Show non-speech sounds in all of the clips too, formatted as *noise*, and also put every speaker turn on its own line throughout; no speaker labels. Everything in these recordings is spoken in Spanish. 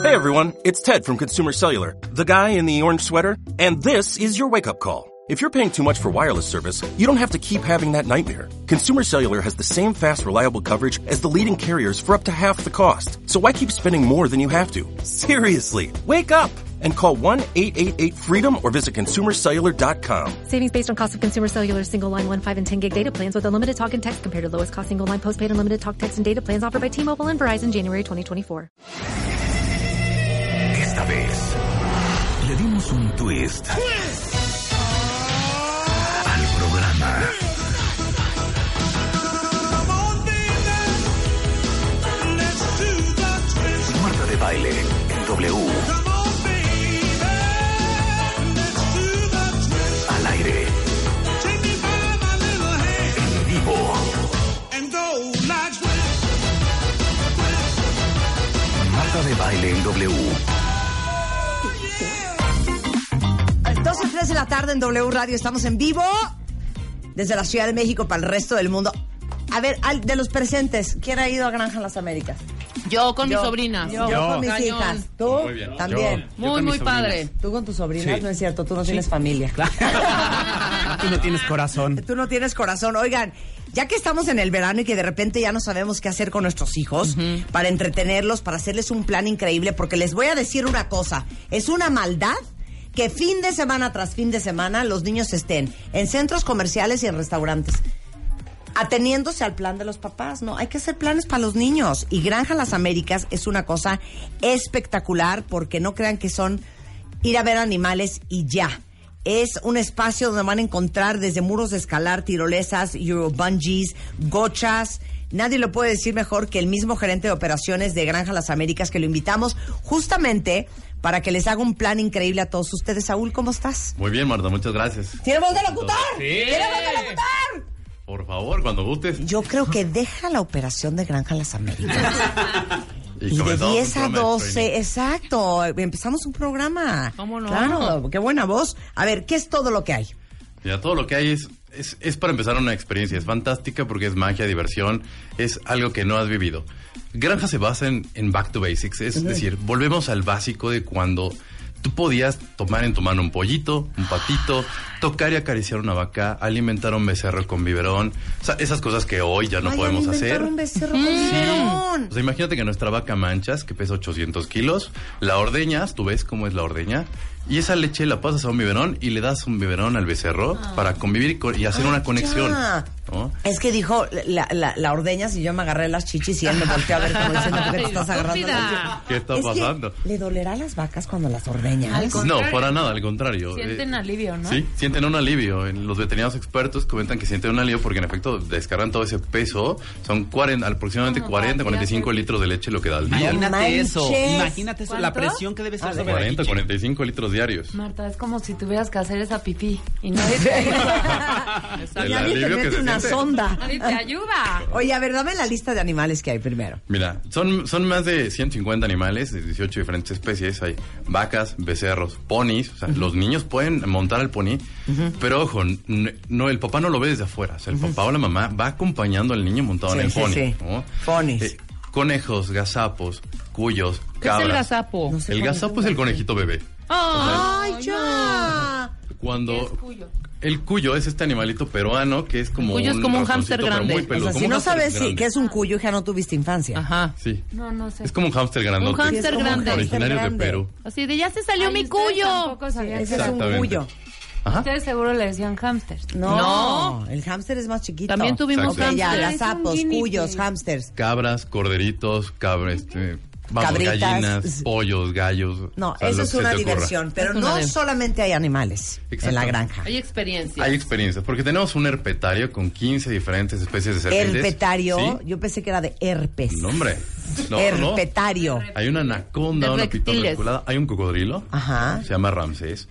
Hey everyone, it's Ted from Consumer Cellular, the guy in the orange sweater, and this is your wake up call. If you're paying too much for wireless service, you don't have to keep having that nightmare. Consumer Cellular has the same fast, reliable coverage as the leading carriers for up to half the cost. So why keep spending more than you have to? Seriously, wake up and call 1-888-FREEDOM or visit consumercellular.com.
Savings based on cost of consumer cellular single line 1, 5, and 10 gig data plans with unlimited talk and text compared to lowest cost single line postpaid unlimited talk, text, and data plans offered by T-Mobile and Verizon January 2024.
Esta vez le dimos un twist al programa. Marta de baile en W. Al aire. En vivo. Marta de baile en W.
12.03 de la tarde en W Radio. Estamos en vivo desde la Ciudad de México para el resto del mundo. A ver, al- de los presentes, ¿quién ha ido a Granja en las Américas?
Yo con
Yo.
mis sobrinas.
Yo, con mis
Cañón.
hijas. ¿Tú? También.
Muy, muy padre.
Tú con tus sobrinas, no es cierto, tú no tienes familia.
*laughs* Tú no tienes corazón.
Tú no tienes corazón. Oigan, ya que estamos en el verano y que de repente ya no sabemos qué hacer con nuestros hijos, para entretenerlos, para hacerles un plan increíble, porque les voy a decir una cosa, es una maldad que fin de semana tras fin de semana los niños estén en centros comerciales y en restaurantes. Ateniéndose al plan de los papás, no, hay que hacer planes para los niños. Y Granja Las Américas es una cosa espectacular porque no crean que son ir a ver animales y ya. Es un espacio donde van a encontrar desde muros de escalar, tirolesas, eurobungees, gochas. Nadie lo puede decir mejor que el mismo gerente de operaciones de Granja Las Américas que lo invitamos justamente para que les haga un plan increíble a todos ustedes. Saúl, ¿cómo estás?
Muy bien, Marta, muchas gracias.
¡Tiene voz de locutor!
Sí.
¡Tiene voz de locutor!
Por favor, cuando gustes.
Yo creo que deja la operación de Granja Las Américas.
*laughs*
Y de
comenzamos
10
un
a
programa de
12,
training.
exacto. Empezamos un programa.
¿Cómo no?
Claro, qué buena voz. A ver, ¿qué es todo lo que hay?
Mira, todo lo que hay es, es, es para empezar una experiencia. Es fantástica porque es magia, diversión, es algo que no has vivido. Granja se basa en, en back to basics, es decir, volvemos al básico de cuando tú podías tomar en tu mano un pollito, un patito, tocar y acariciar una vaca, alimentar a un becerro con biberón. O sea, esas cosas que hoy ya no
Ay,
podemos
inventar
hacer.
un becerro con biberón.
O sea, imagínate que nuestra vaca manchas, que pesa 800 kilos, la ordeñas, tú ves cómo es la ordeña, y esa leche la pasas a un biberón y le das un biberón al becerro para convivir con- y hacer una conexión.
ya.
¿no?
Es que dijo la, la, la ordeñas y yo me agarré las chichis y él me volteó a ver como diciendo ¿por qué te estás agarrando las
Estúpida.
chichis?"
¿Qué está
Es que
pasando?
¿Le dolerá a las vacas cuando las ordeñas?
No, para nada, al contrario. eh,
Sienten alivio, ¿no?
Sí, sienten un alivio. En- Los veterinarios expertos comentan que sienten un alivio porque en efecto descargan todo ese peso. Son 40, aproximadamente 40, 45 litros de leche lo que da al día.
Imagínate
Manches.
eso. Imagínate
*laughs*
eso. La
¿Cuánto?
presión que debe ser sobre la
40,
leche.
45 litros diarios.
Marta, es como si tuvieras que hacer esa pipí y nadie
*laughs*
El
Nadie te
alivio que
mete
se
una
siente.
sonda.
te, ayuda.
Oye, a ver, dame la lista de animales que hay primero.
Mira, son, son más de 150 animales de 18 diferentes especies. Hay vacas, becerros, ponis. O sea, los niños pueden montar al pony, pero ojo, n- no, el papá no lo ve desde afuera. O sea, el papá o la mamá va acompañando al niño montado
Sí,
en el
sí,
pony.
sí.
¿no?
Ponis.
Eh, conejos, gazapos, cuyos,
¿Qué es
cabras.
el gazapo?
No sé
El
cuál
gazapo es el conejito bebé.
¡Ay, ya!
Cuando el cuyo es este animalito peruano que es como
cuyo es como un
ratoncito,
hámster
pero
grande.
muy peludo,
O sea,
como
si
un
no
hámster
sabes si-
grande.
que es un cuyo, ya no tuviste infancia.
Ajá.
Sí.
No, no sé.
Es como un hámster grandote.
hámster
Es como
grande.
Originario
Grande.
de Perú.
Así de ya se salió mi cuyo.
Tampoco sabían
Ese
que
es un
Exactamente.
cuyo.
Ajá.
ustedes seguro le decían hamsters.
No, el hámster es más chiquito.
También tuvimos
Ok, ya,
hámster.
las
Es un
sapos,
guinea
cuyos,
pig.
hámsters.
cabras, corderitos, cabras, este, vamos,
Cabritas.
gallinas, pollos, gallos.
No,
o sea,
eso
lo
es
que se
una
te ocurra.
diversión, pero
Es una
no
de-
solamente hay animales en
Exacto.
la granja.
Hay experiencia.
Hay experiencias, porque tenemos un herpetario con 15 diferentes especies de serpientes.
Herpetario,
¿Sí?
yo pensé que era de herpes.
No, hombre. No, no.
herpetario.
Hay una anaconda,
De
una pitón
reptiles.
reculada, hay un cocodrilo,
Ajá.
se llama Ramsés.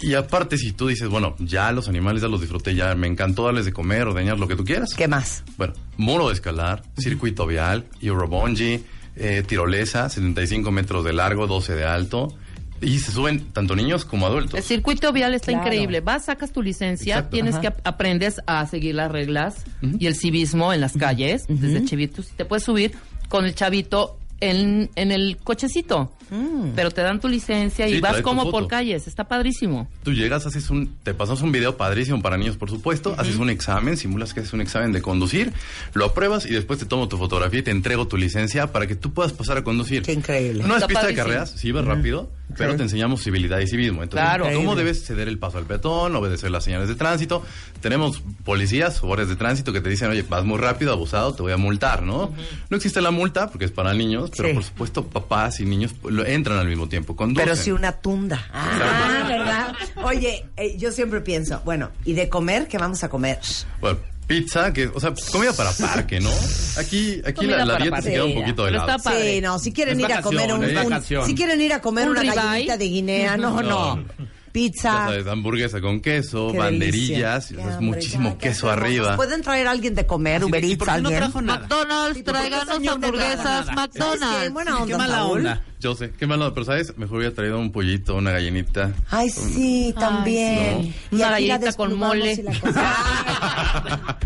Y aparte, si tú dices, bueno, ya los animales ya los disfruté, ya me encantó darles de comer, ordeñar, lo que tú quieras.
¿Qué más?
Bueno, muro de escalar, circuito vial, Eurobungee, eh, tirolesa, 75 metros de largo, 12 de alto. Y se suben tanto niños como adultos.
El circuito vial está
Claro.
increíble. Vas, sacas tu licencia,
Exacto.
tienes que ap- aprendes a seguir las reglas y el civismo en las calles desde chavitos. Te puedes subir con el chavito en, en el cochecito.
Mm.
Pero te dan tu licencia y
Sí,
vas
trae tu
como
foto.
por calles. Está padrísimo.
Tú llegas, haces un, te pasamos un video padrísimo para niños, por supuesto, haces un examen, simulas que haces un examen de conducir, lo apruebas y después te tomo tu fotografía y te entrego tu licencia para que tú puedas pasar a conducir.
Qué increíble.
No es
Está
pista de
padrísimo.
carreras, sí vas rápido, pero te enseñamos civilidad y civismo. Entonces,
Claro.
¿cómo
Increíble.
debes ceder el paso al peatón, obedecer las señales de tránsito? Tenemos policías o guardias de tránsito que te dicen, oye, vas muy rápido, abusado, te voy a multar, ¿no? No existe la multa porque es para niños, pero
Sí.
por supuesto papás y niños lo- entran al mismo tiempo. Conducen.
Pero sí una tunda. Ah, ¿verdad? Oye, eh, yo siempre pienso, bueno, ¿y de comer qué vamos a comer?
Bueno, pizza, que, o sea, comida para parque, ¿no? Aquí, aquí
Comida
la, la
para
dieta se
parque.
queda un poquito de
Pero
lado.
está padre.
Sí, no, si quieren
Es
ir a comer un,
vacación, es
un-
vacación.
si quieren ir a comer
¿Un
una
ribeye?
gallinita de Guinea, no, no.
No, Ya
Pizza.
sabes, hamburguesa con queso,
Qué
banderillas,
delicia.
o sea, es
Qué hambre,
muchísimo
ya,
queso
ya
arriba.
Pueden traer a alguien de comer, Uber
¿Y
Eats,
por qué no
alguien.
trajo nada?
McDonald's,
¿Y por qué ese
tráiganos
señor te trajo
hamburguesas,
nada?
Es que
McDonald's.
buena onda,
Qué mala
Saúl.
onda.
Yo sé, qué malo, pero ¿sabes? Mejor hubiera traído un pollito, una
*laughs*
gallinita.
Ay, sí, también.
No. Una
aquí la
galletita con
desplumamos
mole.
y la
*laughs*
cosa.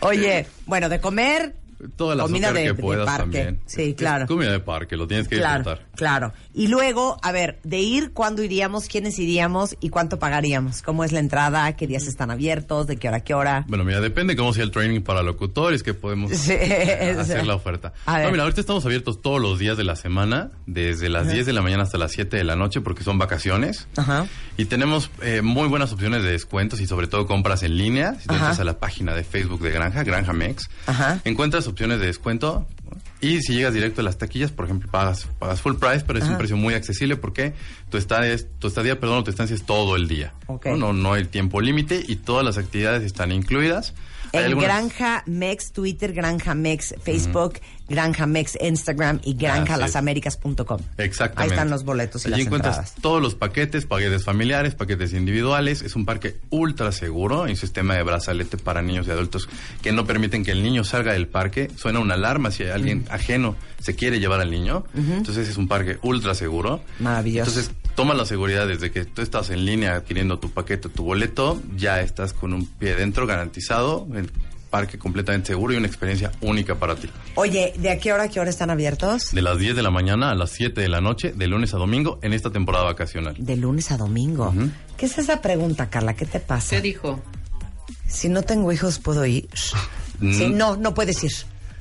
Oye, bueno, de comer.
Toda la
comida
comida
de,
que
de
puedas
parque.
también.
Sí,
Es
claro.
comida de parque, lo tienes que
Claro,
disfrutar.
claro. Y luego, a ver, de ir, ¿cuándo iríamos? ¿Quiénes iríamos? ¿Y cuánto pagaríamos? ¿Cómo es la entrada? ¿Qué
Mm.
días están abiertos? ¿De qué hora a qué hora?
Bueno, mira, depende cómo sea el training para locutores, que
*laughs*
podemos
Sí,
eh,
o sea.
hacer la oferta.
A ver.
No, mira, ahorita estamos abiertos todos los días de la semana, desde las 10 de la mañana hasta las 7 de la noche, porque son vacaciones.
Ajá.
Y tenemos eh, muy buenas opciones de descuentos y sobre todo compras en línea. Si te
Ajá.
entras a la página de Facebook de Granja, Granja Mex,
Ajá.
encuentras opciones de descuento. Y si llegas directo a las taquillas, por ejemplo, pagas, pagas full price, pero es un precio muy accesible porque tu estadía, es- tu estadía perdón, o tu estancia es todo el día.
Ok.
No, no, no hay tiempo límite y todas las actividades están incluidas. Hay
En
algunas-
Granja Mex, Twitter, Granja Mex, Facebook, Granja Mex, Instagram y granjalasaméricas.com. Ahí
Exactamente.
están los boletos y
Allí
las
encuentras
entradas.
todos los paquetes, paquetes familiares, paquetes individuales. Es un parque ultra seguro y un sistema de brazalete para niños y adultos que no permiten que el niño salga del parque. Suena una alarma si alguien ajeno se quiere llevar al niño. Entonces es un parque ultra seguro.
Maravilloso.
Entonces toma la seguridad desde que tú estás en línea adquiriendo tu paquete, tu boleto, ya estás con un pie dentro garantizado. El parque completamente seguro y una experiencia única para ti.
Oye, ¿de a qué hora a qué hora están abiertos?
De las 10 de la mañana a las 7 de la noche, de lunes a domingo, en esta temporada vacacional.
De lunes a domingo. ¿Qué es esa pregunta, Carla? ¿Qué te pasa?
¿Qué dijo?
Si no tengo hijos, ¿puedo ir?
Mm.
Sí, no, no puedes ir.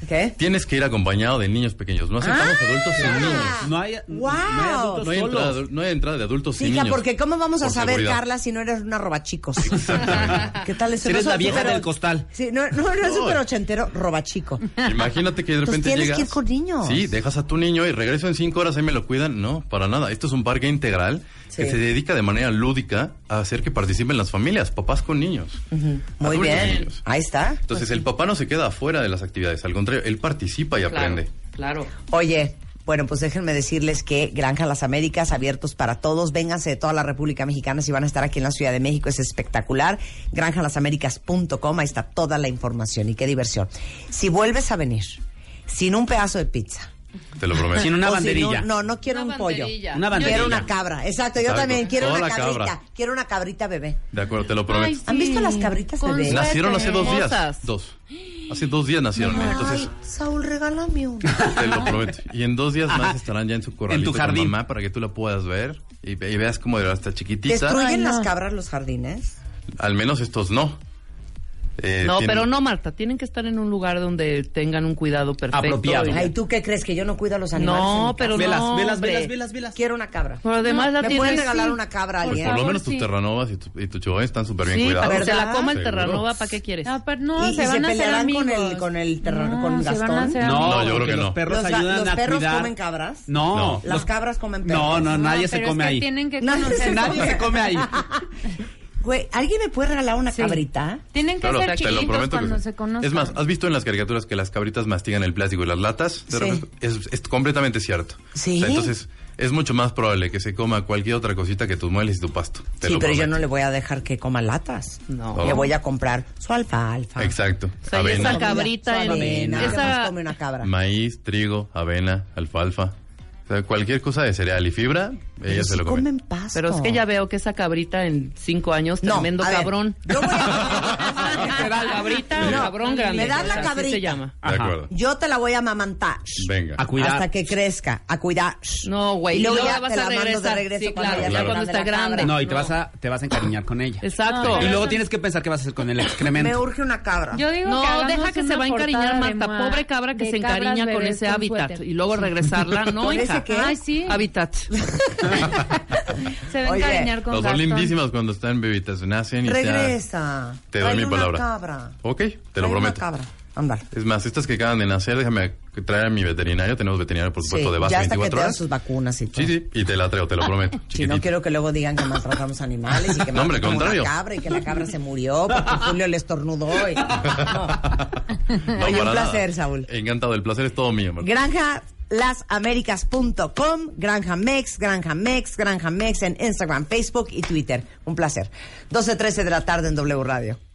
¿Qué?
Tienes que ir acompañado de niños pequeños. No aceptamos adultos sin niños.
No hay,
Ah, Wow.
no hay adultos
No hay,
solos.
entrada, no hay entrada de adultos sin
Chica,
niños.
porque ¿cómo vamos a
Por
saber,
seguridad.
Carla, si no eres una robachicos?
Exactamente.
¿Qué tal eso?
Si eres
No
la
son
vieja
súper-
del costal.
Sí, no, no, no es súper ochentero, robachico.
Imagínate que de
Entonces
repente
tienes
llegas.
que ir con niños.
Sí, dejas a tu niño y regreso en cinco horas, ahí me lo cuidan. No, para nada. Esto es un parque integral
Sí.
que se dedica de manera lúdica a hacer que participen las familias, papás con niños.
Muy
adultos y
bien.
niños.
Ahí está.
Entonces el papá no se queda afuera de las actividades, al contrario, él participa y aprende.
Claro.
Oye, bueno, pues déjenme decirles que Granja Las Américas, abiertos para todos. Vénganse de toda la República Mexicana si van a estar aquí en la Ciudad de México. Es espectacular. Granjalasaméricas.com, ahí está toda la información y qué diversión. Si vuelves a venir sin un pedazo de pizza.
Te lo prometo.
Sin una
o si
banderilla.
no, no, no quiero
Una
un pollo.
banderilla.
Una banderilla.
Quiero una cabra. Exacto, yo
Exacto.
también. Quiero
Toda
una
la
cabrita.
cabra.
Quiero una cabrita bebé.
De acuerdo, te lo prometo.
¿Han visto las cabritas
Con
bebé?
suerte.
Nacieron hace dos días.
Hermosas.
Dos. Hace dos días nacieron. Entonces,
Saúl, regálame una.
te lo prometo. Y en dos días más
Ajá.
estarán ya en su
En
corralito
tu jardín.
con mamá para que tú la puedas ver y, ve- y veas cómo era hasta chiquitita.
¿Destruyen las cabras los jardines?
Al menos estos no. Eh,
No,
tienen-
pero no, Marta. Tienen que estar en un lugar donde tengan un cuidado perfecto.
Apropiado.
Y-
Ay, ¿tú qué crees? ¿Que yo no cuido a los animales? en mi
No,
casa?
pero
Velas,
no,
velas,
hombre.
velas, velas, velas.
Quiero una cabra.
Pues,
Pero además la
¿Me
tienes-
pueden regalar
sí.
una cabra a
Por
alguien?
Pues por lo
favor,
menos tus
sí.
terranovas y tu, y tu chihuahua están súper bien
Sí,
cuidados.
para que se la
¿Verdad?
coma el
Seguro.
terranova, ¿para qué quieres?
No, pero no,
¿Y
se
si
van
se
a hacer
pelearán
amigos.
con el- con el terror- con
se van a
Gastón?
hacer
No, yo
amigos.
creo que
porque
no.
Los perros
Los-
ayudan
los
a
perros
cuidar-
comen cabras.
No.
No.
Las
los-
cabras comen perros.
No, no, nadie
No,
se
pero
come
es que
ahí.
Tienen que
Nadie
conocer.
se
*laughs*
*laughs*
Nadie se come ahí.
Güey, ¿alguien me puede regalar una cabrita?
Tienen que
Claro,
ser
te lo
chiquitos
prometo. que
cuando
sí.
se conocen.
es más, ¿has visto en las caricaturas que las cabritas mastigan el plástico y las latas? De
Sí.
repente, es, es completamente cierto.
Sí.
O sea, entonces, es mucho más probable que se coma cualquier otra cosita que tus muebles y tu pasto. Te
Sí,
lo
pero yo
prometo.
no le voy a dejar que coma latas.
No.
Le voy a comprar su alfalfa.
Exacto.
O sea, y
Avena.
esa cabrita
Su
en...
avena. ¿Qué más
Esa...
come una cabra?
Maíz, trigo, avena, alfalfa. O sea, cualquier cosa de cereal y fibra,
Pero
ella se
sí
lo come.
comen pasto. *laughs*
Pero es que ya veo que esa cabrita en cinco años, tremendo *laughs*
a ver,
cabrón.
yo voy a-
*laughs* Literal. Cabrita,
No,
cabrón grande.
me das la
o sea, así
cabrita.
se llama.
De acuerdo.
Yo te la voy a amamantar.
Venga.
A cuidar.
Hasta que crezca, a cuidar.
No, güey.
Y luego
luego
ya
la vas
te la
a
mando de
regresar.
regreso
Sí,
cuando
claro,
ya
ya
está
cuando
grande
está
la cabra.
grande.
No, y te vas a te vas a encariñar con ella.
Exacto.
Sí.
Y luego tienes que pensar qué vas a hacer con el excremento.
Me urge una cabra.
Yo digo que
No,
hagamos
deja que se
una
va a encariñar
portada de
Marta.
Moa
Pobre cabra que
de
se
cabras
encariña con
bebés
ese hábitat.
suéter.
Y luego regresarla. No,
¿Con ese
hija.
qué?
Ay, sí.
Hábitat.
*laughs*
Se va a
Oye,
encariñar con
Las son
Gastón.
lindísimas cuando están bebitas. Nacen y ya-
Regresa.
Te doy
Trae
mi
una
palabra.
cabra.
Ok, te
Trae
lo
una
prometo.
cabra. Ándale.
Es más, estas que acaban de nacer, déjame traer a mi veterinario. Tenemos veterinario, por supuesto, de base
ya hasta que
24
te dan
horas.
sus vacunas y todo.
Sí, sí, y te la traigo, te lo
*laughs*
prometo.
Si no
chiquitita. *laughs*
quiero que luego digan que maltratamos animales y que
No, hombre,
maltratamos
contrario.
la cabra y que la cabra se murió porque Julio le estornudó. y- No.
*laughs*
Oye,
No,
un
para nada.
placer, Saúl.
Encantado, el placer es todo mío. Marta.
Granjalasamericas.com, Granja Mex, Granja Mex, Granja Mex en Instagram, Facebook y Twitter. Un placer. 12.13 de la tarde en W Radio.